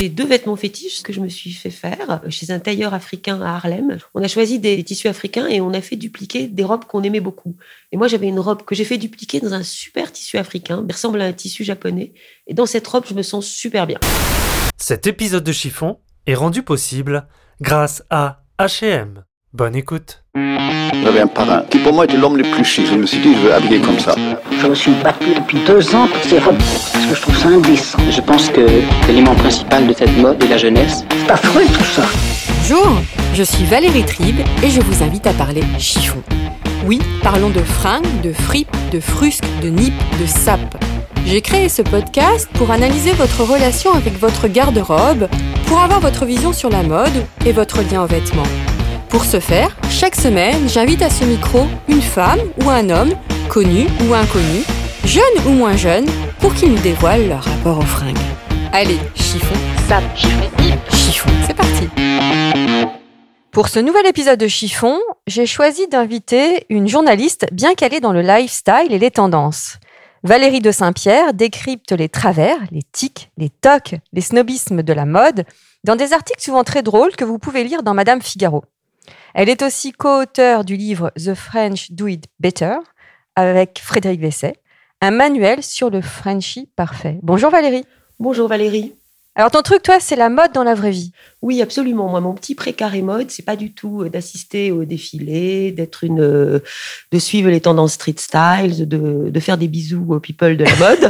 J'ai deux vêtements fétiches que je me suis fait faire chez un tailleur africain à Harlem. On a choisi des, des tissus africains et on a fait dupliquer des robes qu'on aimait beaucoup. Et moi, j'avais une robe que j'ai fait dupliquer dans un super tissu africain, qui ressemble à un tissu japonais. Et dans cette robe, je me sens super bien. Cet épisode de chiffon est rendu possible grâce à H&M. Bonne écoute. J'avais un parrain qui pour moi était l'homme le plus chic. Je me suis dit, je veux habiller comme ça. Je me suis battu depuis deux ans pour ces robes, parce que je trouve ça indécent. Je pense que l'élément principal de cette mode est la jeunesse. C'est affreux tout ça. Bonjour, je suis Valérie Tribe et je vous invite à parler chiffon. Oui, parlons de fringues, de fripes, de frusques, de nippes, de sapes. J'ai créé ce podcast pour analyser votre relation avec votre garde-robe, pour avoir votre vision sur la mode et votre lien aux vêtements. Pour ce faire, chaque semaine, j'invite à ce micro une femme ou un homme, connu ou inconnu, jeune ou moins jeune, pour qu'ils nous dévoilent leur rapport aux fringues. Allez, chiffon, sap, chiffon, chiffon, c'est parti pour ce nouvel épisode de Chiffon, j'ai choisi d'inviter une journaliste bien calée dans le lifestyle et les tendances. Valérie de Saint-Pierre décrypte les travers, les tics, les tocs, les snobismes de la mode dans des articles souvent très drôles que vous pouvez lire dans Madame Figaro. Elle est aussi co-auteure du livre The French Do It Better avec Frédéric Vesset, un manuel sur le Frenchie parfait. Bonjour Valérie. Bonjour Valérie. Alors ton truc, toi, c'est la mode dans la vraie vie. Oui, absolument. Moi, mon petit précaré mode, c'est pas du tout euh, d'assister au défilé, d'être une, euh, de suivre les tendances street styles, de, de faire des bisous aux people de la mode.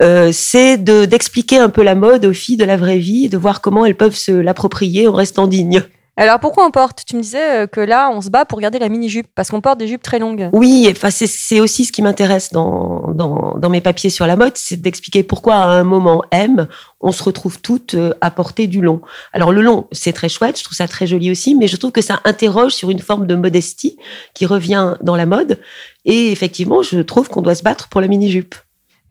Euh, c'est de- d'expliquer un peu la mode aux filles de la vraie vie, de voir comment elles peuvent se l'approprier en restant dignes. Alors pourquoi on porte Tu me disais euh, que là, on se bat pour garder la mini-jupe, parce qu'on porte des jupes très longues. Oui, enfin, c'est- c'est aussi ce qui m'intéresse dans, dans, dans mes papiers sur la mode, c'est d'expliquer pourquoi à un moment M, on se retrouve toutes euh, à porter du long. Alors le long, c'est très chouette, je trouve ça très joli aussi, mais je trouve que ça interroge sur une forme de modestie qui revient dans la mode. Et effectivement, je trouve qu'on doit se battre pour la mini-jupe.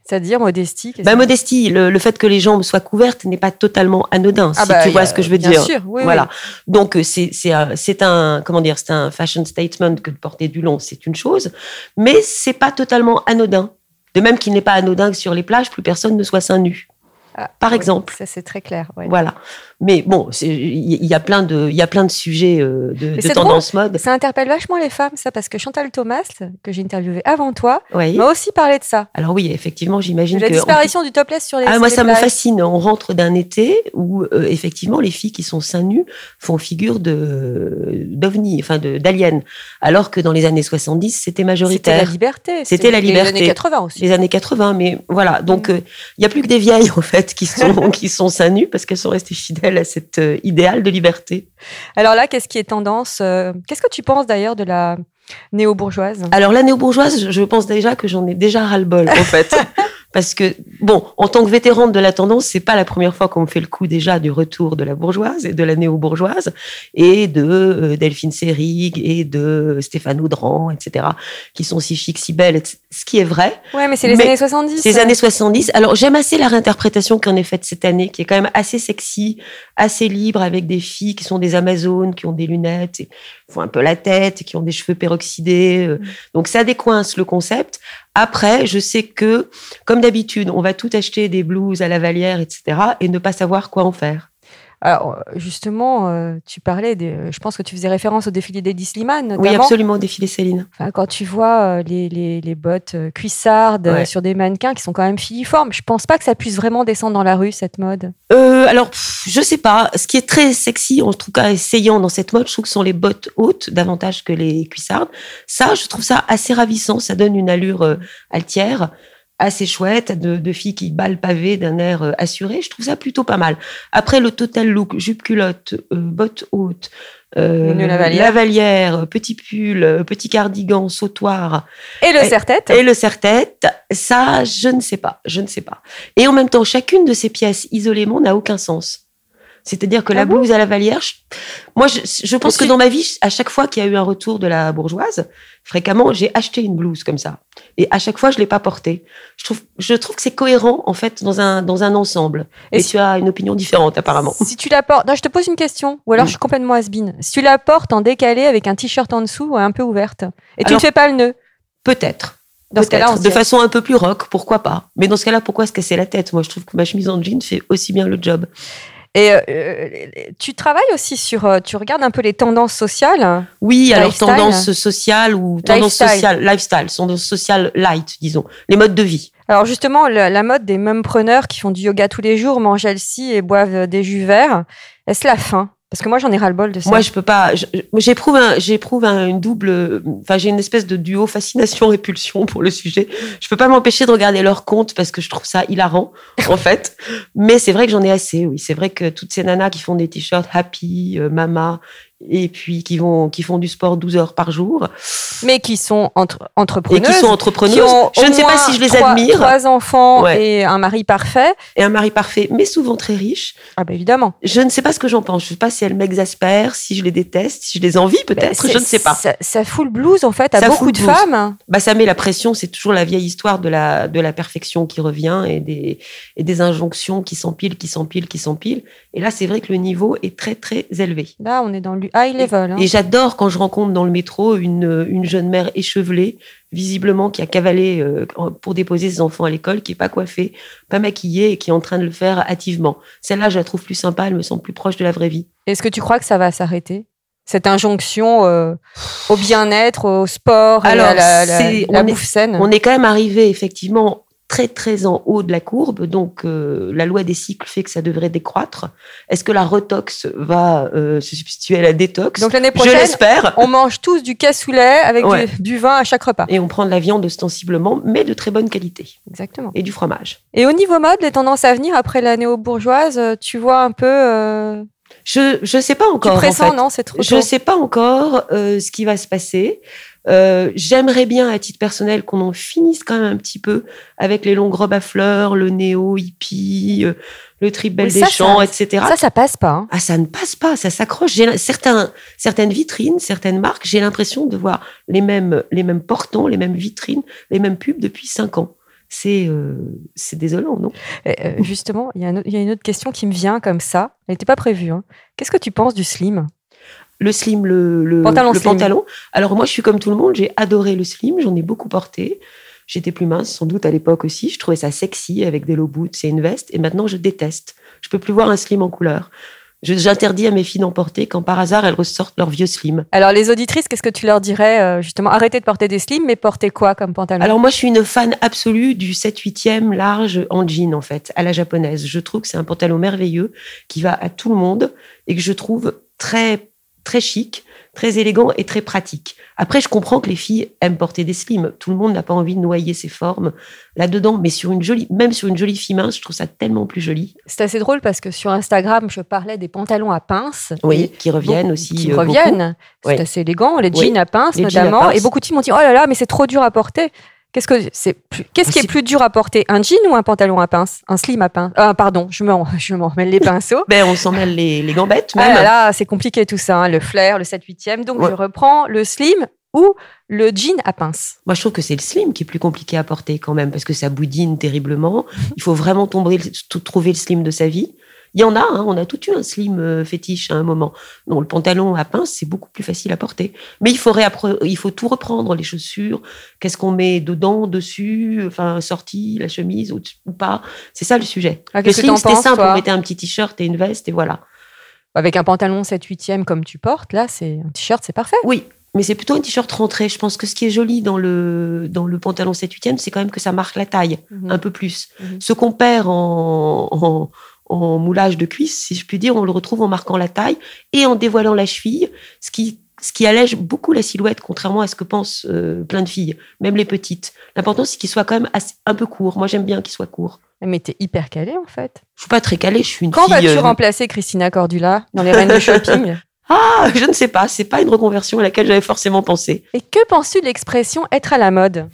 C'est-à-dire modestie. qu'est-ce Bah, que- modestie, le, le fait que les jambes soient couvertes n'est pas totalement anodin, Ah si bah, tu y vois a- ce que je veux bien dire. sûr, oui, Voilà. oui. Donc euh, c'est c'est un- c'est un comment dire, c'est un fashion statement que de porter du long, c'est une chose, mais c'est pas totalement anodin. De même qu'il n'est pas anodin que sur les plages, plus personne ne soit seins nus. Ah, Par oui, exemple. Ça, c'est très clair. ouais. Voilà. Mais bon, c'est- il y il y a plein de il y a plein de sujets euh, de, de c'est tendance mode. Ça interpelle vachement les femmes, ça, parce que Chantal Thomas, que j'ai interviewé avant toi, Oui. m'a aussi parlé de ça. Alors oui, effectivement, De j'imagine que la disparition du topless sur les Ah, moi, sur les ça me plages. fascine. On rentre d'un été où, euh, effectivement, les filles qui sont seins nus font figure de d'ovnis, enfin de- d'aliens. Alors que dans les années 70, c'était C'était la majoritaire. liberté. C'était la liberté. Les années 80 aussi. Les années 80, mais voilà. Donc, Mm. euh, il n'y a plus que des vieilles, en fait, qui sont, qui sont seins nus parce qu'elles sont restées fidèles à cet euh, idéal de liberté. Alors là, qu'est-ce qui est tendance euh, Qu'est-ce que tu penses d'ailleurs de la néo-bourgeoise Alors, la néo-bourgeoise, je pense déjà que j'en ai déjà ras-le-bol, en fait. Parce que, bon, en tant que vétérante de la tendance, c'est pas la première fois qu'on me fait le coup déjà du retour de la bourgeoise et de la néo-bourgeoise et de euh, Delphine Seyrig et de Stéphane Audran, etc., qui sont si chics, si belles, etc. ce qui est vrai. Ouais, mais c'est les Ah. Mais années 70. Ces euh. années 70. Alors, j'aime assez la réinterprétation qu'en est faite cette année, qui est quand même assez sexy, assez libre, avec des filles qui sont des Amazones, qui ont des lunettes, et font un peu la tête, et qui ont des cheveux peroxydés. Mm. euh. Donc, ça décoince le concept. Après, je sais que, comme d'habitude, on va tout acheter des blouses à la valière, etc., et ne pas savoir quoi en faire. Alors, euh, justement, euh, tu parlais, des, euh, je pense que tu faisais référence au défilé d'Eddie Slimane, notamment. Oui, absolument, défilé Céline. Enfin, quand tu vois euh, les, les- les bottes euh, cuissardes euh, Ouais. sur des mannequins qui sont quand même filiformes, je pense pas que ça puisse vraiment descendre dans la rue, cette mode. Euh, alors, pff, je sais pas. Ce qui est très sexy, en tout cas essayant dans cette mode, je trouve que ce sont les bottes hautes davantage que les cuissardes. Ça, je trouve ça assez ravissant. Ça donne une allure euh, altière, assez chouette, de, de filles qui bat le pavé d'un air euh, assuré. Je trouve ça plutôt pas mal. Après, le total look, jupe culotte, euh, bottes hautes, euh, Le lavalière. lavalière, petit pull, euh, petit cardigan, sautoir, Et le Et- serre-tête et le serre-tête, ça, je ne sais pas, je ne sais pas. Et en même temps, chacune de ces pièces isolément n'a aucun sens. C'est-à-dire que Ah la bon blouse à la valière, je- moi, je, je pense Parce que que- dans ma vie, à chaque fois qu'il y a eu un retour de la bourgeoise, fréquemment, j'ai acheté une blouse comme ça. Et à chaque fois, je l'ai pas portée. Je trouve, je trouve que c'est cohérent, en fait, dans un, dans un ensemble. Et Et, si- tu as une opinion différente, apparemment. Si tu la portes, non, je te pose une question, ou alors Mm. je suis complètement has Si tu la portes en décalé avec un t-shirt en dessous, ouais, un peu ouverte, et tu ne Alors- fais pas le nœud, Peut-être. dans ce Peut-être. cas-là, on se de dit, façon un peu plus rock, pourquoi pas. Mais dans ce cas-là, pourquoi se casser la tête Moi, je trouve que ma chemise en jean fait aussi bien le job. Et euh, tu travailles aussi sur, euh, tu regardes un peu les tendances sociales. Oui, alors Lifestyle. tendance sociale ou tendance Lifestyle. sociale, lifestyle, tendance sociale light, disons, les modes de vie. Alors justement, la, la mode des mumpreneurs qui font du yoga tous les jours, mangent healthy et boivent euh, des jus verts, est-ce la fin Parce que moi, j'en ai ras-le-bol de ça. Moi, je peux pas. je- je- J'éprouve un, j'éprouve un, une double. Enfin, j'ai une espèce de duo fascination-répulsion pour le sujet. Je peux pas m'empêcher de regarder leurs comptes parce que je trouve ça hilarant, en fait. Mais c'est vrai que j'en ai assez. Oui, c'est vrai que toutes ces nanas qui font des t-shirts happy, euh, mama, et puis qui vont, qui font du sport 12 heures par jour Mais qui sont entre, et entrepreneuses. qui sont qui entrepreneuses. ont Je au ne sais pas moins si je les trois- admire Trois enfants Ouais. et un mari parfait. et un mari parfait, mais souvent très riche. Ah bah évidemment. Je ne sais pas ce que j'en pense. Je ne sais pas si elles m'exaspèrent, si je les déteste, si je les envie peut-être. Bah, Je c'est- ne sais pas. Ça, ça fout le blues en fait à Ça fout beaucoup le de blues. femmes. bah, ça met la pression. C'est toujours la vieille histoire de la, de la perfection qui revient et des, et des injonctions qui s'empilent, qui s'empilent, qui s'empilent. Et là, c'est vrai que le niveau est très, très élevé. Là, on est dans le high level. hein. Et j'adore quand je rencontre dans le métro une, une jeune mère échevelée, visiblement qui a cavalé euh, pour déposer ses enfants à l'école, qui est pas coiffée, pas maquillée et qui est en train de le faire hâtivement. Celle-là, je la trouve plus sympa, elle me semble plus proche de la vraie vie. Est-ce que tu crois que ça va s'arrêter cette injonction euh, au bien-être, au sport, et Alors, à la, la- c'est- la on est- bouffe saine On est quand même arrivé effectivement très très en haut de la courbe, donc euh, la loi des cycles fait que ça devrait décroître. Est-ce que la retox va euh, se substituer à la détox Donc l'année Je prochaine, l'espère. on mange tous du cassoulet avec Ouais. du, du vin à chaque repas. Et on prend de la viande ostensiblement, mais de très bonne qualité, Exactement. et du fromage. Et au niveau mode, les tendances à venir après la néo-bourgeoise, euh, tu vois un peu. euh, Je je sais pas tu encore. en pressens, fait. non C'est trop Je tôt. sais pas encore euh, ce qui va se passer. Euh, J'aimerais bien, à titre personnel, qu'on en finisse quand même un petit peu avec les longues robes à fleurs, le néo hippie, euh, le trip belle Oui, des ça, champs, ça- etc. Ça, ça passe pas. hein. ah, ça ne passe pas, ça s'accroche. J'ai l'im- certains, certaines vitrines, certaines marques, j'ai l'impression de voir les mêmes, les mêmes portants, les mêmes vitrines, les mêmes pubs depuis cinq ans. C'est euh, c'est désolant, non Eh, euh, justement, il y, a un autre- il y a une autre question qui me vient comme ça. Elle n'était pas prévue. hein. Qu'est-ce que tu penses du slim le slim, le, le- Pantalon le slim. pantalon. Alors moi, je suis comme tout le monde, j'ai adoré le slim, j'en ai beaucoup porté. J'étais plus mince, sans doute à l'époque aussi. Je trouvais ça sexy avec des low boots et une veste. Et maintenant, je déteste. Je peux plus voir un slim en couleur. Je- J'interdis à mes filles d'en porter quand par hasard elles ressortent leur vieux slim. Alors, les auditrices, qu'est-ce que tu leur dirais euh, Justement, arrêtez de porter des slims, mais portez quoi comme pantalon Alors moi, je suis une fan absolue du 7-8e large en jean, en fait, à la japonaise. Je trouve que c'est un pantalon merveilleux qui va à tout le monde et que je trouve très très chic, très élégant et très pratique. Après, je comprends que les filles aiment porter des slims. Tout le monde n'a pas envie de noyer ses formes là-dedans, mais sur une jolie, même sur une jolie fille mince, je trouve ça tellement plus joli. C'est assez drôle parce que sur Instagram, je parlais des pantalons à pinces. Oui, Et qui reviennent beaucoup- aussi. Qui euh, reviennent. C'est Oui. assez élégant. Les Oui, jeans à pinces, les jeans à notamment. pinces. Et beaucoup de filles m'ont dit Oh là là, mais c'est trop dur à porter. Qu'est-ce que c'est plus- Qu'est-ce qui est C'est- plus dur à porter, un jean ou un pantalon à pinces, un slim à pinces Ah, Pardon, je m'en je m'en mêle les pinceaux. beaucoup. Ben, on s'en mêle les, les gambettes Ah même. là là, c'est compliqué tout ça, hein, le flair, le 7-8e. Donc Ouais. je reprends le slim ou le jean à pinces. Moi, je trouve que c'est le slim qui est plus compliqué à porter quand même, parce que ça boudine terriblement. Il faut vraiment tomber, t- trouver le slim de sa vie. Il y en a, hein, on a tout eu un slim euh, fétiche à un moment. Non, le pantalon à pince, c'est beaucoup plus facile à porter. Mais il faut, réappre- il faut tout reprendre, les chaussures, qu'est-ce qu'on met dedans, dessus, enfin, sorti, la chemise ou, ou pas. C'est ça le sujet. Ah, le qu'est-ce que slim, t'en c'était penses, simple, toi on mettait un petit t-shirt et une veste et voilà. Avec un pantalon 7-8e comme tu portes, là, c'est un t-shirt, c'est parfait. Oui, mais c'est plutôt un t-shirt rentré. Je pense que ce qui est joli dans le, dans le pantalon 7-8e, c'est quand même que ça marque la taille. un peu plus. Mhm. Ce qu'on perd en, en- en moulage de cuisse, si je puis dire, on le retrouve en marquant la taille et en dévoilant la cheville, ce qui, ce qui allège beaucoup la silhouette, contrairement à ce que pensent euh, plein de filles, même les petites. L'important, c'est qu'il soit quand même assez- un peu court. Moi, j'aime bien qu'il soit court. Mais t'es hyper calé en fait. Je suis pas très calée, je suis une Quand fille. vas-tu euh, remplacer Christina Cordula dans les reines du shopping Ah, je ne sais pas. C'est pas une reconversion à laquelle j'avais forcément pensé. Et que penses-tu de l'expression être à la mode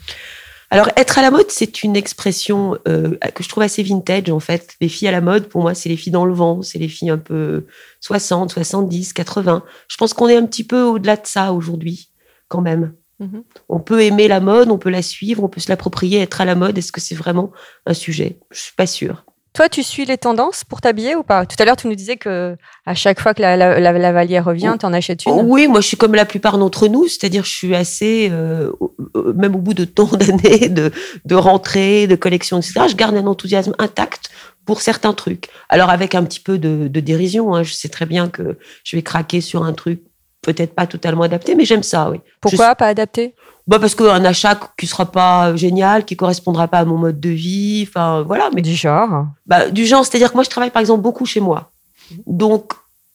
Alors, être à la mode, c'est une expression euh, que je trouve assez vintage, en fait. Les filles à la mode, pour moi, c'est les filles dans le vent, c'est les filles un peu 60, 70, 80. Je pense qu'on est un petit peu au-delà de ça aujourd'hui, quand même. Mhm. On peut aimer la mode, on peut la suivre, on peut se l'approprier, être à la mode. Est-ce que c'est vraiment un sujet Je suis pas sûre. Toi, tu suis les tendances pour t'habiller ou pas Tout à l'heure, tu nous disais que à chaque fois que la, la, la- la valière revient, t'en achètes une. Oh oui, moi je suis comme la plupart d'entre nous, c'est-à-dire je suis assez, euh, au- au- même au bout de tant d'années de, de rentrée, de collection, etc., je garde un enthousiasme intact pour certains trucs. Alors avec un petit peu de, de dérision, hein, je sais très bien que je vais craquer sur un truc peut-être pas totalement adapté, mais j'aime ça, oui. Je Pourquoi pas adapté bah parce qu'un achat qui sera pas génial, qui correspondra pas à mon mode de vie, enfin voilà. Mais Du genre. bah, du genre, c'est-à-dire que moi je travaille par exemple beaucoup chez moi, Mhm. donc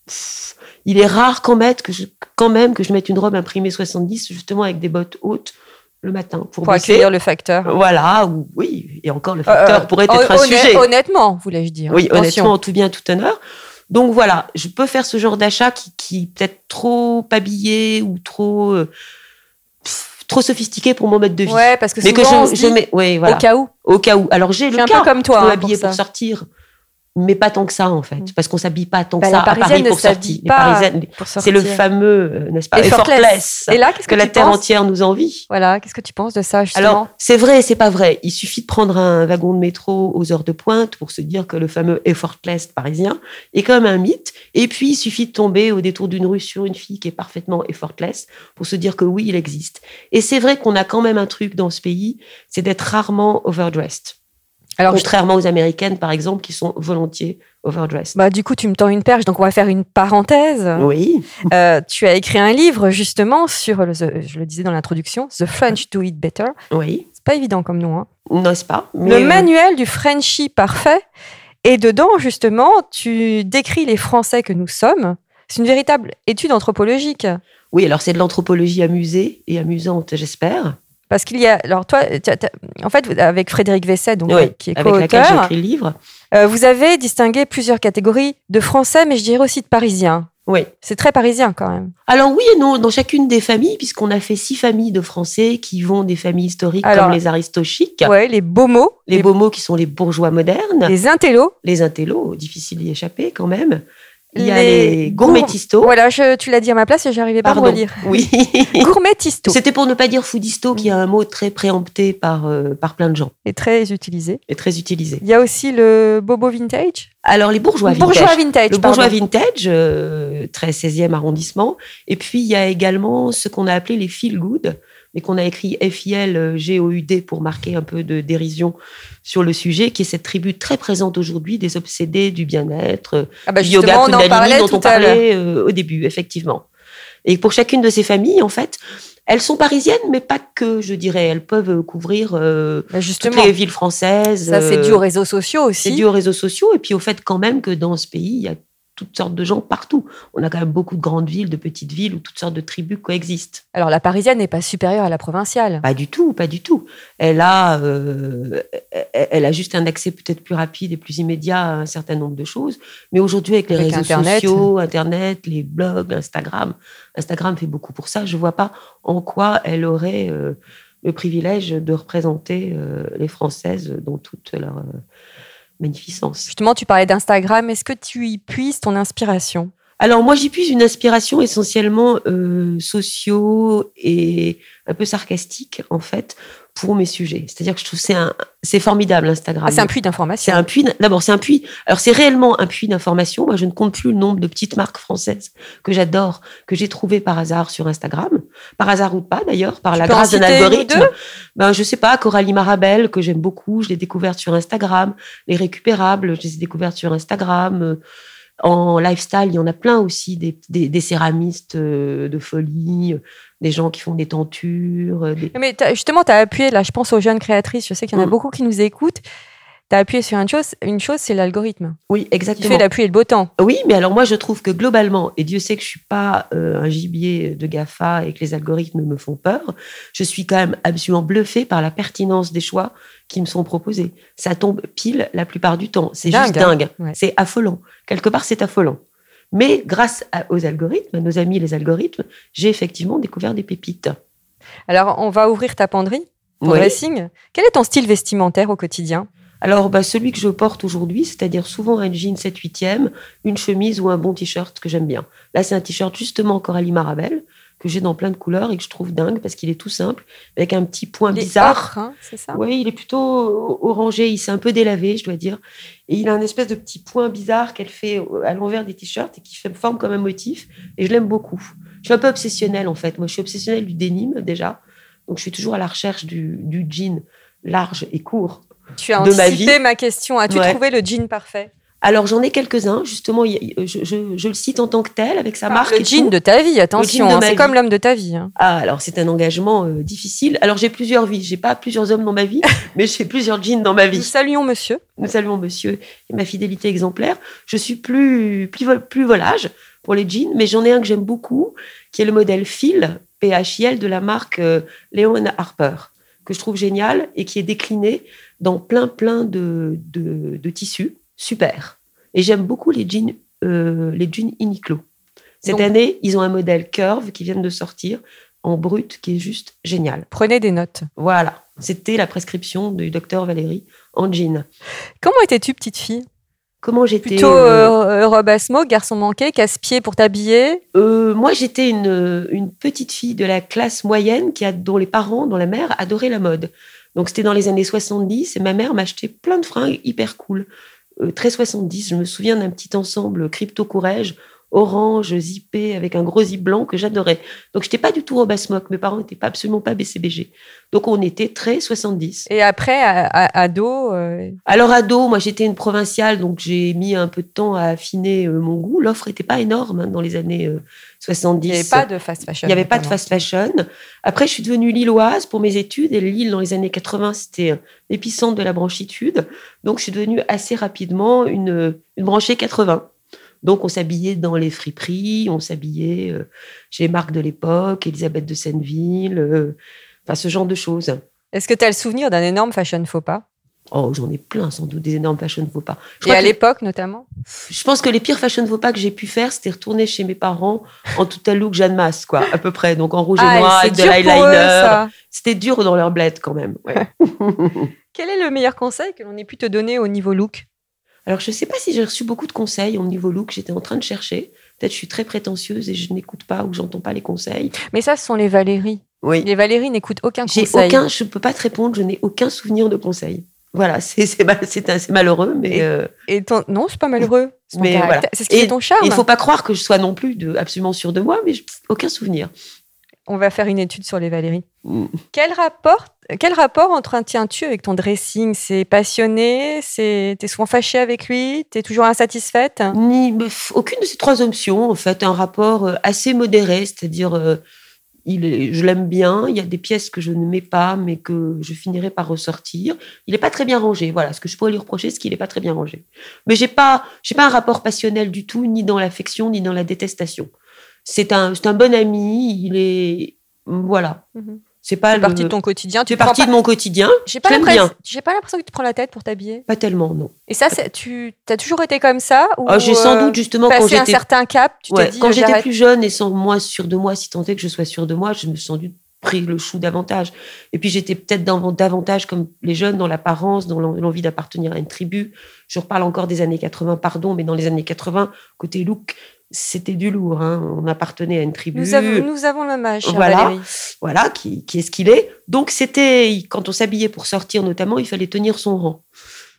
pff, il est rare quand même que je, quand même que je mette une robe imprimée 70 justement avec des bottes hautes le matin pour, Pour, bosser. accueillir le facteur. Voilà, ou- oui, et encore le facteur Euh, pourrait hon- être un honnête- sujet. Honnêtement, voulais-je dire. Oui, Attention. honnêtement, tout bien, tout honneur. Donc voilà, je peux faire ce genre d'achat qui, qui est peut-être trop habillé ou trop, euh, pff, trop sophistiqué pour mon mode de vie. Ouais, parce que Mais souvent, que on je, se je dit, mets, oui, voilà, au cas où. au cas où. Alors j'ai Je le suis un cas, peu comme je toi. peux hein, m'habiller pour, ça. sortir, mais pas tant que ça en fait, Mm. parce qu'on s'habille pas tant Bah, que la ça à Parisienne Paris ne pour sortir. s'habille Les pas Parisiennes, pour c'est le sortir. fameux, euh, n'est-ce pas, Et effortless, effortless. Et là, qu'est-ce que que, la tu terre penses entière nous envie. Voilà, qu'est-ce que tu penses de ça justement Alors, c'est vrai et c'est pas vrai. Il suffit de prendre un wagon de métro aux heures de pointe pour se dire que le fameux effortless parisien est quand même un mythe. Et puis, il suffit de tomber au détour d'une rue sur une fille qui est parfaitement effortless pour se dire que oui, il existe. Et c'est vrai qu'on a quand même un truc dans ce pays, c'est d'être rarement overdressed. Alors, je- Contrairement aux américaines, par exemple, qui sont volontiers overdressed. bah, du coup, tu me tends une perche, donc on va faire une parenthèse. Oui, Euh, tu as écrit un livre justement sur, le, the- je le disais dans l'introduction, The French Do It Better. oui, C'est pas évident comme nom. hein. n'est-ce pas Le Mais, euh, manuel du Frenchie parfait. Et dedans, justement, tu décris les Français que nous sommes. C'est une véritable étude anthropologique. Oui, alors c'est de l'anthropologie amusée et amusante, j'espère. Parce qu'il y a. Alors, toi, t'as- t'as- en fait, avec Frédéric Vesset, donc, Oui, qui est avec laquelle j'ai co-auteur, écrit le livre. euh, vous avez distingué plusieurs catégories de Français, mais je dirais aussi de Parisiens. Oui. C'est très parisien quand même. Alors oui et non, dans chacune des familles, puisqu'on a fait six familles de Français qui vont des familles historiques Alors, comme les aristochiques, Ouais, les beaux mots, les Beaumots qui sont les bourgeois modernes, les intellos. les intellos, difficile d'y échapper quand même. Il y a Les les gourmettistos. Voilà, je- tu l'as dit à ma place et j'arrivais pas à Pardon. relire. Oui. Gourmettisto C'était pour ne pas dire foodisto, qui est un mot très préempté par, euh, par plein de gens est très utilisé. et très utilisé. Il y a aussi le bobo vintage. Alors les bourgeois vintage. Bourgeois vintage. le pardon. bourgeois vintage, euh, très 16e arrondissement. Et puis, il y a également ce qu'on a appelé les feel good, mais qu'on a écrit euh, F-I-L-G-O-U-D pour marquer un peu de dérision sur le sujet, qui est cette tribu très présente aujourd'hui des obsédés du bien-être, euh, Ah bah du justement, yoga on en kundalini parlait dont tout on à l'heure. parlait euh, au début, effectivement. Et pour chacune de ces familles, en fait, elles sont parisiennes, mais pas que, je dirais. Elles peuvent couvrir euh, Bah toutes justement, les villes françaises. ça c'est euh, dû aux réseaux sociaux c'est aussi. dû aux réseaux sociaux et puis au fait quand même que dans ce pays, il y a toutes sortes de gens partout. On a quand même beaucoup de grandes villes, de petites villes où toutes sortes de tribus coexistent. Alors la parisienne n'est pas supérieure à la provinciale. Pas du tout, pas du tout. Elle a, euh, elle elle a juste un accès peut-être plus rapide et plus immédiat à un certain nombre de choses. Mais aujourd'hui, avec les Avec réseaux Internet. sociaux, Internet, les blogs, Instagram, Instagram fait beaucoup pour ça. Je vois pas en quoi elle aurait euh, le privilège de représenter euh, les Françaises dans toute leur euh, magnificence. Justement, tu parlais d'Instagram. Est-ce que tu y puises ton inspiration Alors moi j'y puise une inspiration essentiellement euh, socio et un peu sarcastique en fait pour mes sujets. C'est-à-dire que je trouve que c'est un c'est formidable Instagram. Ah, C'est un puits C'est d'information. un puits. D'abord, c'est un puits. Alors, c'est réellement un puits d'information. Moi, je ne compte plus le nombre de petites marques françaises que j'adore, que j'ai trouvées par hasard sur Instagram. Par hasard ou pas, d'ailleurs, par la peux en grâce d'un citer une ou algorithme. deux Ben, je sais pas, Coralie Marabel, que j'aime beaucoup, je l'ai découverte sur Instagram. Les récupérables, je les ai découvertes sur Instagram. Euh, En lifestyle, il y en a plein aussi, des, des- des céramistes euh, de folie, euh, des gens qui font des tentures. euh, des- Mais t'as- justement, tu as appuyé, là, je pense aux jeunes créatrices, je sais qu'il y en a Mm. beaucoup qui nous écoutent. Tu as appuyé sur une chose, une chose c'est l'algorithme Oui, qui fait exactement. la pluie et le beau temps. Oui, mais alors moi je trouve que globalement, et Dieu sait que je suis pas euh, un gibier de Gafa et que les algorithmes me font peur, je suis quand même absolument bluffée par la pertinence des choix qui me sont proposés. Ça tombe pile la plupart du temps. C'est Dingue, juste hein. dingue. Ouais. C'est affolant. Quelque part, c'est affolant. Mais grâce à- aux algorithmes, à nos amis les algorithmes, j'ai effectivement découvert des pépites. Alors, on va ouvrir ta penderie, ton Oui. dressing. Quel est ton style vestimentaire au quotidien Alors, bah, celui que je porte aujourd'hui, c'est-à-dire souvent un jean 7 8 une chemise ou un bon t-shirt que j'aime bien. Là, c'est un t-shirt justement Coralie Marabel, que j'ai dans plein de couleurs et que je trouve dingue parce qu'il est tout simple, avec un petit point Les bizarre. ocres, hein, c'est ça Oui, il est plutôt orangé, il s'est un peu délavé, je dois dire. Et il a un espèce de petit point bizarre qu'elle fait à l'envers des t-shirts et qui fait- forme comme un motif. Et je l'aime beaucoup. Je suis un peu obsessionnelle, en fait. Moi, je suis obsessionnelle du dénime, déjà. Donc, je suis toujours à la recherche du, du jean large et court Tu as de ma anticipé vie. ma, question. As-tu Ouais. trouvé le jean parfait Alors j'en ai quelques-uns, justement, il y a- je, je- je le cite en tant que tel, avec sa marque. Ah, Le et jean tout. de ta vie, attention. de hein, ma c'est vie. comme l'homme de ta vie. hein. Ah, alors c'est un engagement euh, difficile. Alors j'ai plusieurs vies, j'ai pas plusieurs hommes dans ma vie, mais j'ai plusieurs jeans dans ma Nous vie. saluons monsieur. Nous saluons monsieur et ma fidélité exemplaire. Je suis plus, plus, vol- plus volage pour les jeans, mais j'en ai un que j'aime beaucoup, qui est le modèle Phil, PHIL, de la marque euh, Leon Harper, que je trouve génial et qui est décliné dans plein, plein de, de, de tissus. Super. Et j'aime beaucoup les jeans, euh, les jeans Uniqlo. Cette Donc- année, ils ont un modèle Curve qui vient de sortir en brut, qui est juste génial. Prenez des notes. Voilà. C'était la prescription du docteur Valérie en jean. Comment étais-tu, petite fille Comment j'étais Plutôt euh, euh, robe à smoke, garçon manqué, casse-pied pour t'habiller. Euh, moi, j'étais une, euh, une petite fille de la classe moyenne qui a, dont les parents, dont la mère, adoraient la mode. Donc, c'était dans les années 70 et ma mère m'achetait plein de fringues hyper cool. Euh, très 70, je me souviens d'un petit ensemble crypto courage orange, zippé, avec un gros zip blanc que j'adorais. Donc, j'étais pas du tout robe à smock. Mes parents n'étaient pas, absolument pas BCBG. Donc, on était très 70. Et après, à, à- ado, euh, Alors ado, moi j'étais une provinciale, donc j'ai mis un peu de temps à affiner euh, mon goût. L'offre n'était pas énorme hein, dans les années euh, 70. il n'y avait pas de fast fashion. Il n'y avait pas de notamment. fast fashion. Après, je suis devenue lilloise pour mes études. Et Lille, dans les années 80, c'était euh, l'épicentre de la branchitude. Donc, je suis devenue assez rapidement une, euh, une branchée 80. Donc, on s'habillait dans les friperies, on s'habillait euh, chez les marques de l'époque, Elisabeth de Senneville, euh, enfin, ce genre de choses. Est-ce que tu as le souvenir d'un énorme fashion faux pas Oh, j'en ai plein, sans doute, des énormes fashion faux pas. Je Et crois à que- l'époque, notamment je pense que les pires fashion faux pas que j'ai pu faire, c'était retourner chez mes parents en tout à look Jeanne Masse, quoi, à peu près. Donc, en rouge et noir, Ah, c'est avec de dur l'eyeliner. pour eux, ça. C'était dur dans leur bled quand même. ouais. Quel est le meilleur conseil que l'on ait pu te donner au niveau look Alors, je ne sais pas si j'ai reçu beaucoup de conseils au niveau look. J'étais en train de chercher. Peut-être que je suis très prétentieuse et je n'écoute pas ou j'entends pas les conseils. Mais ça, ce sont les Valérie. Oui. Les Valérie n'écoutent aucun J'ai conseil. aucun, je ne peux pas te répondre. Je n'ai aucun souvenir de conseils. Voilà, c'est c'est mal- c'est un- c'est malheureux, mais Et- euh, Et ton... Non, c'est pas malheureux. C'est ton Mais caractère. voilà. C'est ce qui fait ton charme. il ne faut pas croire que je sois non plus de, absolument sûre de moi, mais je- aucun souvenir. On va faire une étude sur les Valérie. Mm. Quel rapport, quel rapport entretiens-tu avec ton dressing C'est passionné C'est T'es souvent fâchée avec lui T'es toujours insatisfaite Ni, mais f- aucune de ces trois options, en fait, un rapport euh, assez modéré, c'est-à-dire euh, il est- je l'aime bien, il y a des pièces que je ne mets pas, mais que je finirai par ressortir. Il n'est pas très bien rangé, voilà, ce que je pourrais lui reprocher, c'est qu'il n'est pas très bien rangé. Mais j'ai pas, j'ai pas un rapport passionnel du tout, ni dans l'affection, ni dans la détestation. C'est un, c'est un bon ami, il est, voilà, Mhm. c'est pas C'est le- partie de ton quotidien. c'est prends partie pas- de mon quotidien, J'ai pas J'aime l'impression- bien. j'ai pas l'impression que tu te prends la tête pour t'habiller. pas tellement non. Et ça, c'est- tu as toujours été comme ça ou, Ah, j'ai sans euh, doute justement quand passé un j'étais certain cap, tu Ouais, t'es dit quand euh, j'étais j'arrête. plus jeune et sans moi sûre de moi, si tant est que je sois sûre de moi, je me suis sans doute pris le chou davantage. Et puis j'étais peut-être dans- davantage comme les jeunes dans l'apparence, dans l'en- l'envie d'appartenir à une tribu. Je reparle encore des années 80, pardon, mais dans les années 80, côté look, c'était du lourd. hein. On appartenait à une tribu Nous avons, nous avons le mage, chère Voilà. Valérie. voilà, qui, qui est ce qu'il est. Donc c'était, quand on s'habillait pour sortir notamment, il fallait tenir son rang.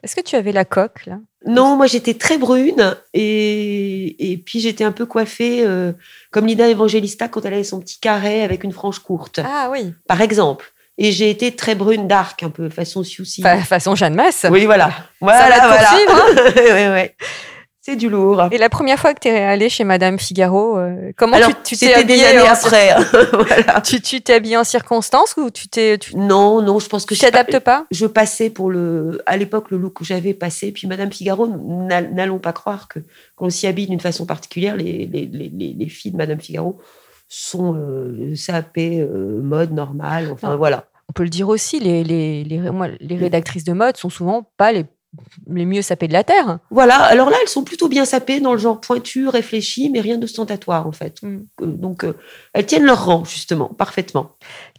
Est-ce que tu avais la coque là Non, moi j'étais très brune et, et puis j'étais un peu coiffée euh, comme Lina Evangelista quand elle avait son petit carré avec une frange courte, Ah oui, par exemple. Et j'ai été très brune dark, un peu façon Siouxsie. Fa- façon Jeanne Masse. oui, voilà. Ça Voilà, va te voilà. poursuivre, hein Ouais, ouais. C'est du lourd. Et la première fois que tu es allée chez Madame Figaro, euh, comment Alors, tu tu t'es c'était des habillée années en- après. voilà. Tu tu t'es habillée en circonstance ou tu t'es tu Non, non, je pense que tu je- t'adaptes pas je passais pour le, à l'époque, le look que j'avais passé. Puis Madame Figaro, n'a- n'allons pas croire que quand on s'y habille d'une façon particulière, les, les, les- les- les filles de Madame Figaro sont euh, sapées, euh, mode normale. Enfin Non. voilà. On peut le dire aussi, les, les, les, moi, les rédactrices de mode sont souvent pas les, les mieux sapées de la Terre. Voilà. Alors là, elles sont plutôt bien sapées dans le genre pointu, réfléchi, mais rien d'ostentatoire en fait. Mm. Euh, Donc euh, elles tiennent leur rang justement, parfaitement.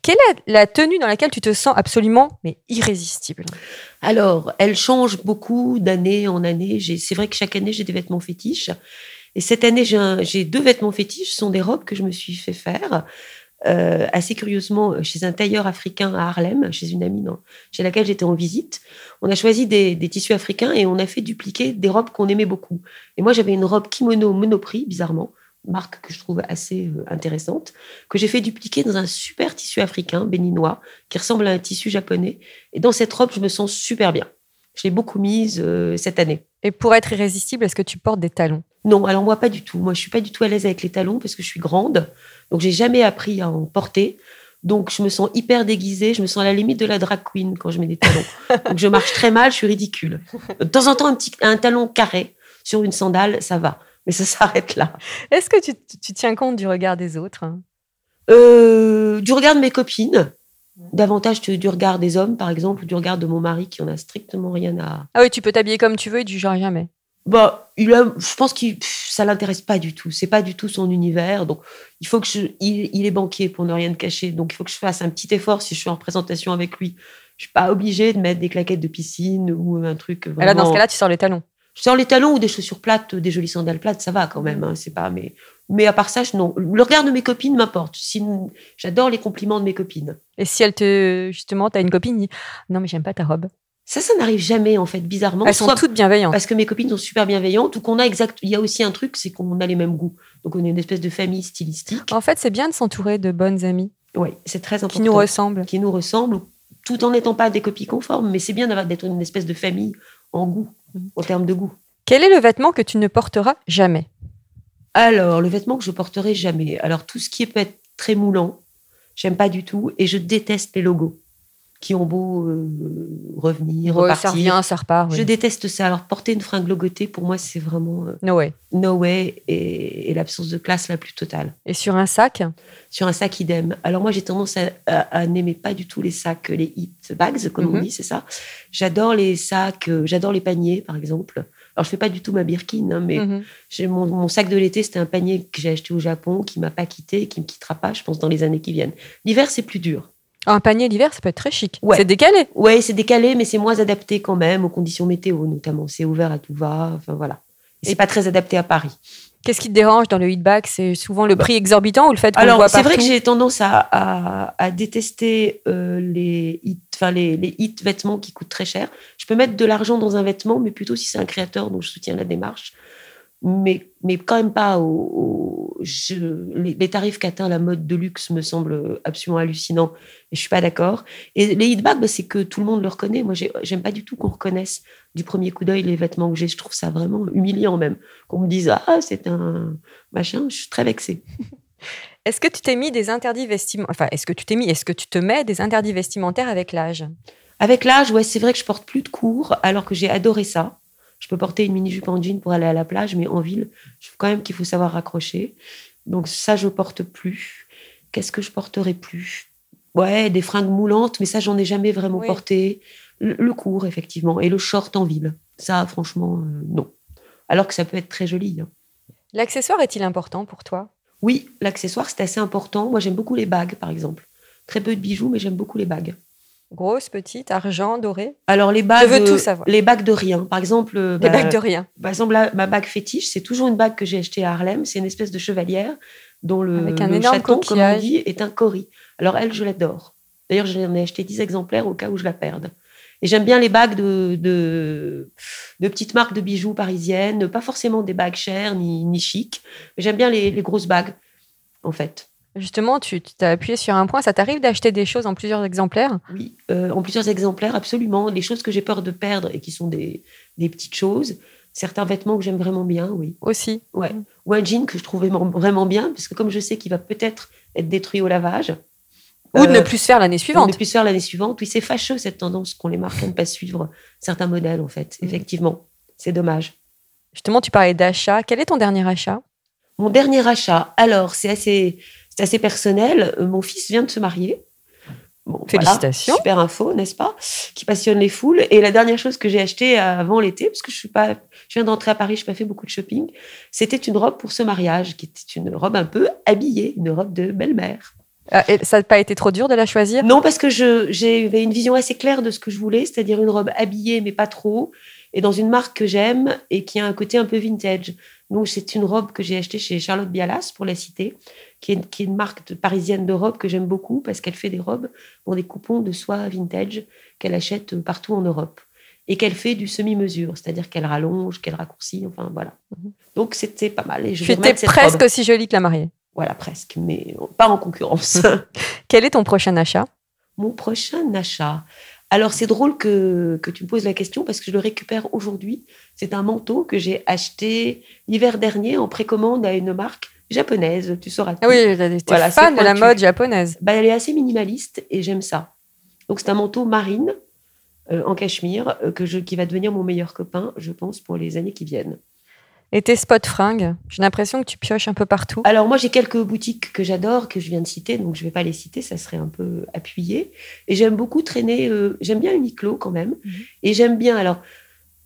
Quelle est la tenue dans laquelle tu te sens absolument mais irrésistible Alors, elle change beaucoup d'année en année. J'ai- C'est vrai que chaque année, j'ai des vêtements fétiches. Et cette année, j'ai un- j'ai deux vêtements fétiches. Ce sont des robes que je me suis fait faire, euh, assez curieusement, chez un tailleur africain à Harlem, chez une amie dans- chez laquelle j'étais en visite. On a choisi des, des tissus africains et on a fait dupliquer des robes qu'on aimait beaucoup. Et moi, j'avais une robe kimono monoprix, bizarrement, marque que je trouve assez euh, intéressante, que j'ai fait dupliquer dans un super tissu africain béninois qui ressemble à un tissu japonais. Et dans cette robe, je me sens super bien. Je l'ai beaucoup mise euh, cette année. Et pour être irrésistible, est-ce que tu portes des talons Non, alors moi pas du tout. Moi je suis pas du tout à l'aise avec les talons parce que je suis grande, donc j'ai jamais appris à en porter. Donc je me sens hyper déguisée, je me sens à la limite de la drag queen quand je mets des talons. donc je marche très mal, je suis ridicule. De temps en temps un petit un talon carré sur une sandale, ça va, mais ça s'arrête là. Est-ce que tu, tu- tu tiens compte du regard des autres Euh, du regard de mes copines, davantage que du regard des hommes par exemple, ou du regard de mon mari qui en a strictement rien à. Ah oui, tu peux t'habiller comme tu veux, il te jugera jamais. Bah, il a, je pense que ça l'intéresse pas du tout. C'est pas du tout son univers. Donc, il faut que je, il, il est banquier pour ne rien te cacher. Donc, il faut que je fasse un petit effort si je suis en représentation avec lui. Je suis pas obligée de mettre des claquettes de piscine ou un truc. Vraiment... Ah Là, dans ce cas-là, tu sors les talons. je sors les talons ou des chaussures plates, des jolies sandales plates, ça va quand même. hein, c'est pas. Mais, mais à part ça, je- non. Le regard de mes copines m'importe. Si, j'adore les compliments de mes copines. Et si elle te. Justement, t'as une copine qui dit Non, mais j'aime pas ta robe. Ça, ça n'arrive jamais en fait, bizarrement. Elles sont Soit- toutes bienveillantes. Parce que mes copines sont super bienveillantes ou qu'on a exact. Il y a aussi un truc, c'est qu'on a les mêmes goûts. Donc on est une espèce de famille stylistique. En fait, c'est bien de s'entourer de bonnes amies Oui, c'est très important. Oh. qui nous ressemblent. Qui nous ressemblent, tout en n'étant pas des copies conformes, mais c'est bien d'avoir- d'être une espèce de famille en goût, Mm. en termes de goût. Quel est le vêtement que tu ne porteras jamais Alors, le vêtement que je porterai jamais. Alors, tout ce qui peut être très moulant, j'aime pas du tout. Et je déteste les logos qui ont beau euh, revenir, Ouais, Ça repartir. revient, ça repart. oui. Je déteste ça. Alors, porter une fringue logotée, pour moi, c'est vraiment euh, No way. no way et- et l'absence de classe la plus totale. Et sur un sac sur un sac idem. Alors moi, j'ai tendance à, à- à n'aimer pas du tout les sacs, les hit bags, comme on Mhm. dit, c'est ça. J'adore les sacs, euh, j'adore les paniers, par exemple. Alors je fais pas du tout ma Birkin, hein, mais Mhm. j'ai mon, mon sac de l'été, c'était un panier que j'ai acheté au Japon, qui m'a pas quitté, et qui me quittera pas, je pense, dans les années qui viennent. L'hiver, c'est plus dur. Un panier l'hiver, ça peut être très chic. Ouais. C'est décalé. Ouais, c'est décalé, mais c'est moins adapté quand même aux conditions météo, notamment. C'est ouvert à tout va, enfin voilà. Et c'est pas très adapté à Paris. Qu'est-ce qui te dérange dans le hit-back C'est souvent le prix exorbitant ou le fait qu'on le Bah. Alors, voit c'est vrai que partout j'ai tendance à, à- à détester euh, les hits, enfin les, les hits vêtements qui coûtent très cher. Je peux mettre de l'argent dans un vêtement, mais plutôt si c'est un créateur, donc je soutiens la démarche. Mais, mais quand même pas au, au- je- les, les tarifs qu'atteint la mode de luxe me semblent absolument hallucinants et je suis pas d'accord. Et les hit-bags, bah, c'est que tout le monde le reconnaît. Moi, j'ai- j'aime pas du tout qu'on reconnaisse du premier coup d'œil les vêtements que j'ai. Je trouve ça vraiment humiliant même. Qu'on me dise, ah, c'est un machin, je suis très vexée. Est-ce que tu t'es mis des interdits vestimentaires Enfin, est-ce que tu t'es mis Est-ce que tu te mets des interdits vestimentaires avec l'âge Avec l'âge, ouais, c'est vrai que je porte plus de cours, alors que j'ai adoré ça. Je peux porter une mini-jupe en jean pour aller à la plage, mais en ville, je trouve quand même qu'il faut savoir raccrocher. Donc ça, je porte plus. Qu'est-ce que je porterai plus Ouais, des fringues moulantes, mais ça, j'en ai jamais vraiment Oui. porté. Le, le court, effectivement, et le short en ville. Ça, franchement, euh, non. Alors que ça peut être très joli. hein. L'accessoire est-il important pour toi Oui, l'accessoire, c'est assez important. Moi, j'aime beaucoup les bagues, par exemple. Très peu de bijoux, mais j'aime beaucoup les bagues. Grosse, petite, argent, doré Alors les bagues, veux tout savoir. les bagues de rien. Par exemple, euh, Des bah, bagues de rien. par exemple là, ma bague fétiche, c'est toujours une bague que j'ai achetée à Harlem. C'est une espèce de chevalière dont le, Avec un le énorme chaton, comme on coquillage. dit, est un cori. Alors elle, je l'adore. D'ailleurs, j'en ai acheté 10 exemplaires au cas où je la perde. Et j'aime bien les bagues de, de, de petites marques de bijoux parisiennes, pas forcément des bagues chères ni, ni chic, mais j'aime bien les, les grosses bagues, en fait. Justement, tu tu t'as appuyé sur un point. Ça t'arrive d'acheter des choses en plusieurs exemplaires Oui, euh, en plusieurs exemplaires, absolument. Les choses que j'ai peur de perdre et qui sont des, des petites choses. Certains vêtements que j'aime vraiment bien, oui. aussi. Ouais. Ou un jean que je trouvais vraiment- vraiment bien, parce que comme je sais qu'il va peut-être être détruit au lavage. Ou de euh, ne plus se faire on l'année ne suivante. puisse faire l'année suivante. Oui, c'est fâcheux cette tendance qu'on les marques à ne pas suivre certains modèles, en fait. Mhm. Effectivement, c'est dommage. Justement, tu parlais d'achat. Quel est ton dernier achat Mon dernier achat, alors, c'est assez, c'est assez personnel. Euh, Mon fils vient de se marier. Bon, voilà. Félicitations. super info, n'est-ce pas Qui passionne les foules. Et la dernière chose que j'ai achetée avant l'été, parce que je suis pas, je viens d'entrer à Paris, je n'ai pas fait beaucoup de shopping, c'était une robe pour ce mariage, qui était une robe un peu habillée, une robe de belle-mère. Euh, et Ça n'a pas été trop dur de la choisir Non, parce que je- j'avais une vision assez claire de ce que je voulais, c'est-à-dire une robe habillée, mais pas trop, et dans une marque que j'aime et qui a un côté un peu vintage. Donc, c'est une robe que j'ai achetée chez Charlotte Bialas, pour la citer, qui est, qui est une marque de- parisienne de robes que j'aime beaucoup parce qu'elle fait des robes pour des coupons de soie vintage qu'elle achète partout en Europe et qu'elle fait du semi-mesure, c'est-à-dire qu'elle rallonge, qu'elle raccourcit, enfin voilà. Donc, c'était pas mal. Et je Tu vais étais remettre cette presque robe. aussi jolie que la mariée. Voilà, presque, mais pas en concurrence. Quel est ton prochain achat Mon prochain achat. Alors, c'est drôle que, que tu me poses la question parce que je le récupère aujourd'hui. C'est un manteau que j'ai acheté l'hiver dernier en précommande à une marque japonaise. Tu sauras. Ah tout. oui, t'es Voilà, c'est fan de la pointu. mode japonaise. Bah, elle est assez minimaliste et j'aime ça. Donc, c'est un manteau marine euh, en cachemire euh, que je, qui va devenir mon meilleur copain, je pense, pour les années qui viennent. Et tes spots fringues, j'ai l'impression que tu pioches un peu partout. Alors moi j'ai quelques boutiques que j'adore que je viens de citer donc je vais pas les citer ça serait un peu appuyé et j'aime beaucoup traîner euh, j'aime bien Uniqlo quand même Mhm. et j'aime bien alors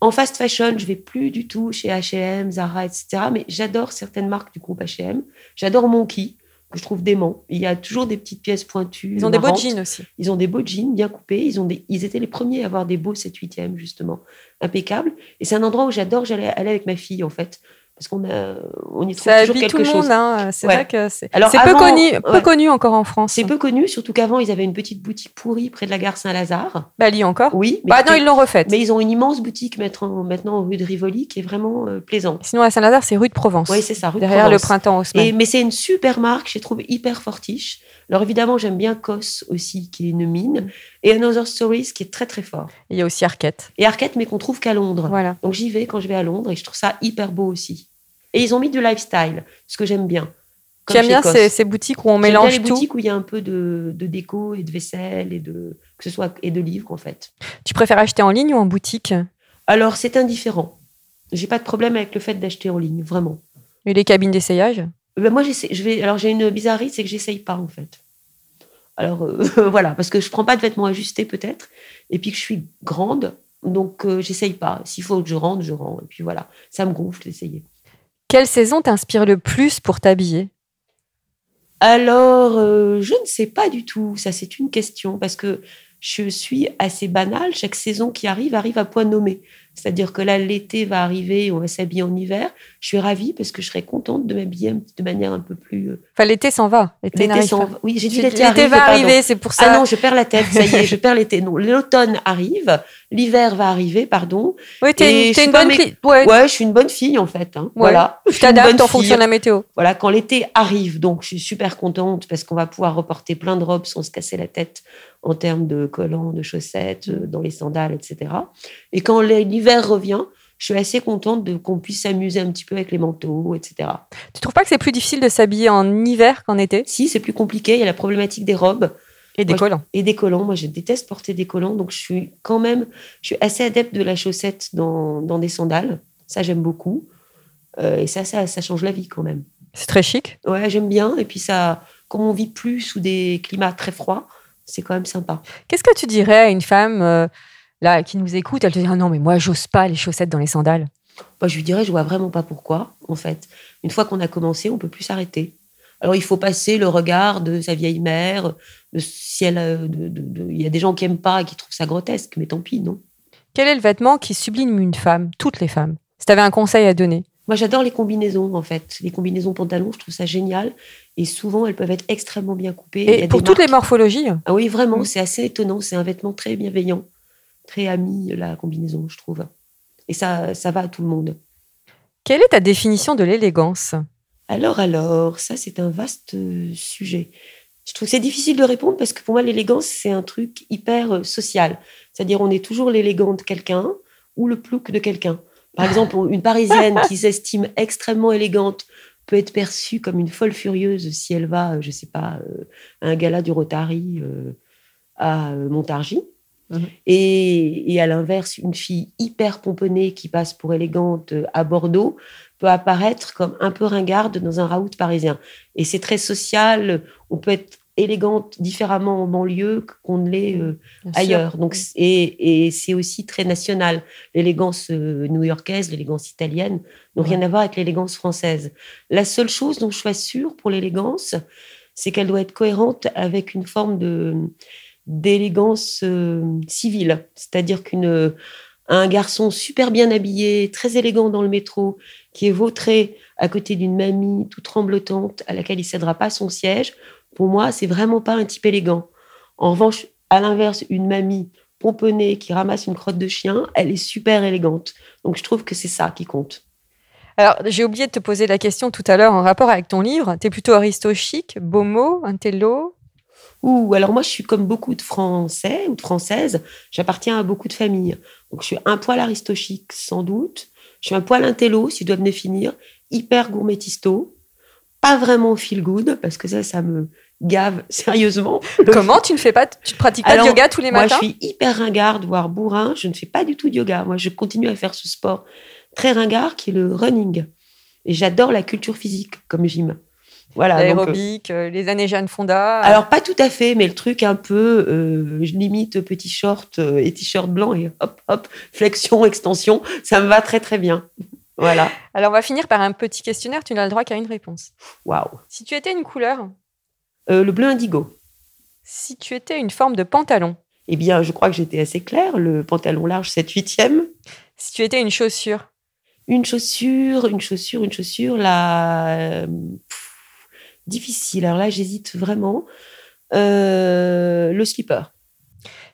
en fast fashion je vais plus du tout chez H&M Zara etc mais j'adore certaines marques du groupe H&M j'adore Monkey que je trouve dément il y a toujours des petites pièces pointues Ils ont des beaux marrantes. jeans aussi. Ils ont des beaux jeans bien coupés. Ils, ont des, ils étaient les premiers à avoir des beaux 7 8 e justement. Impeccables. Et c'est un endroit où j'adore j'allais aller avec ma fille, en fait. Parce qu'on a, on y trouve Ça toujours habille quelque tout le chose. monde. hein, C'est Ouais. vrai que c'est Alors, c'est peu, avant- connu, peu ouais. connu encore en France. C'est peu connu, surtout qu'avant, ils avaient une petite boutique pourrie près de la gare Saint-Lazare. Bali encore. Oui, mais, Bah non, c'était- ils l'ont refaite. mais ils ont une immense boutique maintenant, maintenant rue de Rivoli qui est vraiment euh, plaisante. Sinon, à Saint-Lazare, c'est rue de Provence. Oui, c'est ça, rue de Derrière le Provence. printemps Haussmann. Et, mais c'est une super marque, je les trouve hyper fortiche. Alors évidemment, j'aime bien Cos aussi, qui est une mine, et Another Stories, qui est très très fort. Il y a aussi Arquette. Et Arquette, mais qu'on trouve qu'à Londres. Voilà. Donc j'y vais quand je vais à Londres et je trouve ça hyper beau aussi. Et ils ont mis du lifestyle, ce que j'aime bien. Comme J'aime chez bien Cos. ces, ces boutiques où on J'aime bien mélange les tout. boutiques où il y a un peu de, de déco et de vaisselle et de que ce soit et de livres en fait. Tu préfères acheter en ligne ou en boutique Alors c'est indifférent. J'ai pas de problème avec le fait d'acheter en ligne, vraiment. Et les cabines d'essayage Euh, Ben moi j'essaie, je vais alors j'ai une bizarrerie, c'est que j'essaye pas en fait. Alors euh, voilà, parce que je prends pas de vêtements ajustés peut-être et puis que je suis grande, donc euh, j'essaye pas. S'il faut que je rentre, je rentre et puis voilà, ça me gonfle d'essayer. Quelle saison t'inspire le plus pour t'habiller Alors, euh, je ne sais pas du tout. Ça, c'est une question parce que je suis assez banale. Chaque saison qui arrive arrive à point nommé. C'est-à-dire que là, l'été va arriver, on va s'habiller en hiver. Je suis ravie parce que je serais contente de m'habiller un petit- de manière un peu plus. euh, Enfin, l'été s'en va. L'été L'été n'arrive s'en pas. va. Oui, j'ai dit l'été L'été arrive, va pardon. arriver, c'est pour ça. Ah non, je perds la tête. Ça y est, je perds l'été. Non, l'automne arrive, l'hiver va arriver, pardon. oui, t'es Et une, je t'es une sais pas, bonne mais- cli- Ouais, Ouais, je suis une bonne fille en fait. hein. Voilà. tu t'adaptes bonne en fille. fonction de la météo. Voilà, quand l'été arrive, donc je suis super contente parce qu'on va pouvoir reporter plein de robes sans se casser la tête en termes de collants, de chaussettes, euh, dans les sandales, etc. Et quand l'hi- l'hiver revient, je suis assez contente de qu'on puisse s'amuser un petit peu avec les manteaux, etc. Tu trouves pas que c'est plus difficile de s'habiller en hiver qu'en été Si c'est plus compliqué, il y a la problématique des robes Et des Moi, je- collants. et des collants. Moi, je déteste porter des collants, donc je suis quand même, je suis assez adepte de la chaussette dans, dans des sandales. Ça, j'aime beaucoup. Euh, et ça, ça, ça change la vie quand même. C'est très chic. Ouais, j'aime bien. Et puis ça, comme on vit plus sous des climats très froids, c'est quand même sympa. Qu'est-ce que tu dirais à une femme euh, là qui nous écoute Elle te dit Ah non, mais moi, j'ose pas les chaussettes dans les sandales. Moi, je lui dirais, je vois vraiment pas pourquoi, en fait. Une fois qu'on a commencé, on peut plus s'arrêter. Alors, il faut passer le regard de sa vieille mère, de si elle, euh, de- de- de- il y a des gens qui aiment pas et qui trouvent ça grotesque, mais tant pis, non. Quel est le vêtement qui sublime une femme, toutes les femmes Si tu avais un conseil à donner. Moi, j'adore les combinaisons, en fait. Les combinaisons pantalons, je trouve ça génial. Et souvent, elles peuvent être extrêmement bien coupées. Il y Et a pour des toutes les marques- morphologies, Ah oui, vraiment, Mm. c'est assez étonnant. C'est un vêtement très bienveillant, très ami, la combinaison, je trouve. Et ça, ça va à tout le monde. quelle est ta définition de l'élégance Alors, alors, ça, c'est un vaste euh, sujet. Je trouve que c'est difficile de répondre parce que pour moi, l'élégance, c'est un truc hyper euh, social. C'est-à-dire, on est toujours l'élégant de quelqu'un ou le plouc de quelqu'un. Par exemple, on- une Parisienne qui s'estime extrêmement élégante peut être perçue comme une folle furieuse si elle va, euh, je sais pas, euh, à un gala du Rotary euh, à euh, Montargis. Mhm. Et, et à l'inverse, une fille hyper pomponnée qui passe pour élégante euh, à Bordeaux peut apparaître comme un peu ringarde dans un raout parisien. Et c'est très social. On peut être élégante différemment en banlieue qu'on ne l'est euh, ailleurs. Donc, c- et, et c'est aussi très national. L'élégance euh, new-yorkaise, l'élégance italienne n'ont rien à voir avec l'élégance française. La seule chose dont je sois sûre pour l'élégance, c'est qu'elle doit être cohérente avec une forme de d'élégance euh, civile, c'est-à-dire qu'une euh, un garçon super bien habillé, très élégant dans le métro, qui est vautré à côté d'une mamie tout tremblotante à laquelle il cédera pas son siège, pour moi, c'est vraiment pas un type élégant. En revanche, à l'inverse, une mamie pomponnée qui ramasse une crotte de chien, elle est super élégante. Donc je trouve que c'est ça qui compte. Alors, j'ai oublié de te poser la question tout à l'heure en rapport avec ton livre. Tu es plutôt aristo chic, bomo, intello Ouh, alors moi, je suis comme beaucoup de Français ou de Françaises, j'appartiens à beaucoup de familles. Donc, je suis un poil aristochique, sans doute. Je suis un poil intello, si je dois me définir. Hyper gourmétisto. Pas vraiment feel good, parce que ça, ça me gave sérieusement. Comment tu ne fais pas, tu ne pratiques pas Alors, de yoga tous les Moi, je matins suis hyper ringarde, voire bourrin. Je ne fais pas du tout de yoga. Moi, je continue à faire ce sport très ringard qui est le running. Et j'adore la culture physique comme gym. Voilà. donc, euh, L'aérobic, euh, les années Jeanne Fonda. alors, pas tout à fait, mais le truc un peu, euh, je limite petit short euh, et t-shirt blanc et hop, hop, flexion, extension. Ça me va très, très bien. Voilà. Alors, on va finir par un petit questionnaire. Tu n'as le droit qu'à une réponse. Waouh. Si tu étais une couleur, Euh, le bleu indigo. si tu étais une forme de pantalon, Eh bien, je crois que j'étais assez claire. Le pantalon large 7 8e. si tu étais une chaussure, Une chaussure, une chaussure, une chaussure, là. euh, pff, difficile. Alors là, j'hésite vraiment. Euh, le slipper.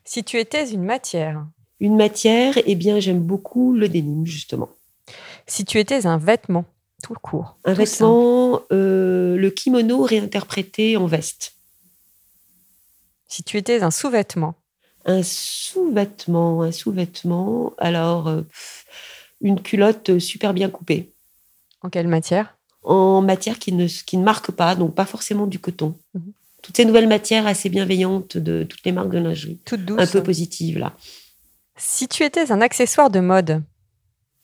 si tu étais une matière, Une matière, eh bien, j'aime beaucoup le dénime, justement. si tu étais un vêtement, tout court. Un tout simple. vêtement, euh, le kimono réinterprété en veste. Si tu étais un sous-vêtement, Un sous-vêtement, un sous-vêtement. Alors, euh, pff, une culotte super bien coupée. en quelle matière en matière qui ne, qui ne marque pas, donc pas forcément du coton. Mhm. Toutes ces nouvelles matières assez bienveillantes de toutes les marques de lingerie. Toute Un douce. peu positives, là. Si tu étais un accessoire de mode,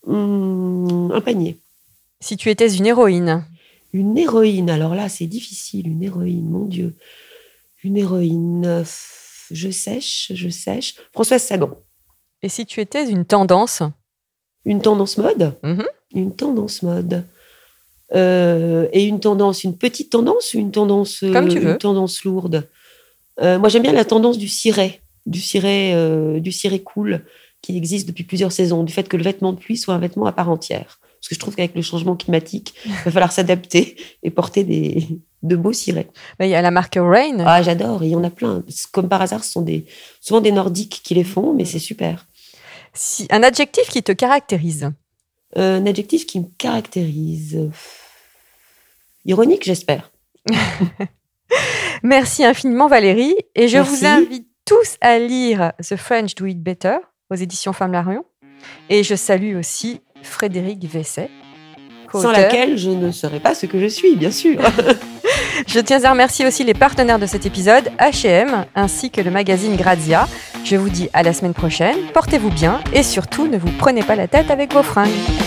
Hum, un panier. si tu étais une héroïne, Une héroïne, alors là, c'est difficile, une héroïne, mon Dieu. Une héroïne, euh, je sèche, je sèche. Françoise Sagan. et si tu étais une tendance, Une tendance mode Mhm. Une tendance mode. Euh, et une tendance, une petite tendance ou une tendance, euh, Comme tu veux. Une tendance lourde Euh, Moi, j'aime bien la tendance du ciré, du ciré, euh, du ciré cool qui existe depuis plusieurs saisons, du fait que le vêtement de pluie soit un vêtement à part entière. Parce que je trouve qu'avec le changement climatique, il va falloir s'adapter et porter des, de beaux cirés. bah, il y a la marque Rain. Ah, j'adore, il y en a plein. Comme par hasard, ce sont des, souvent des Nordiques qui les font, Mm. mais c'est super. Si, un adjectif qui te caractérise, Euh, un adjectif qui me caractérise. Ironique, j'espère. Merci infiniment Valérie et je vous Merci. invite tous à lire The French Do It Better aux éditions Femmes Larion et je salue aussi Frédéric Vesset. Sans laquelle je ne serais pas ce que je suis, bien sûr. Je tiens à remercier aussi les partenaires de cet épisode, H&M ainsi que le magazine Grazia. Je vous dis à la semaine prochaine, portez-vous bien et surtout ne vous prenez pas la tête avec vos fringues.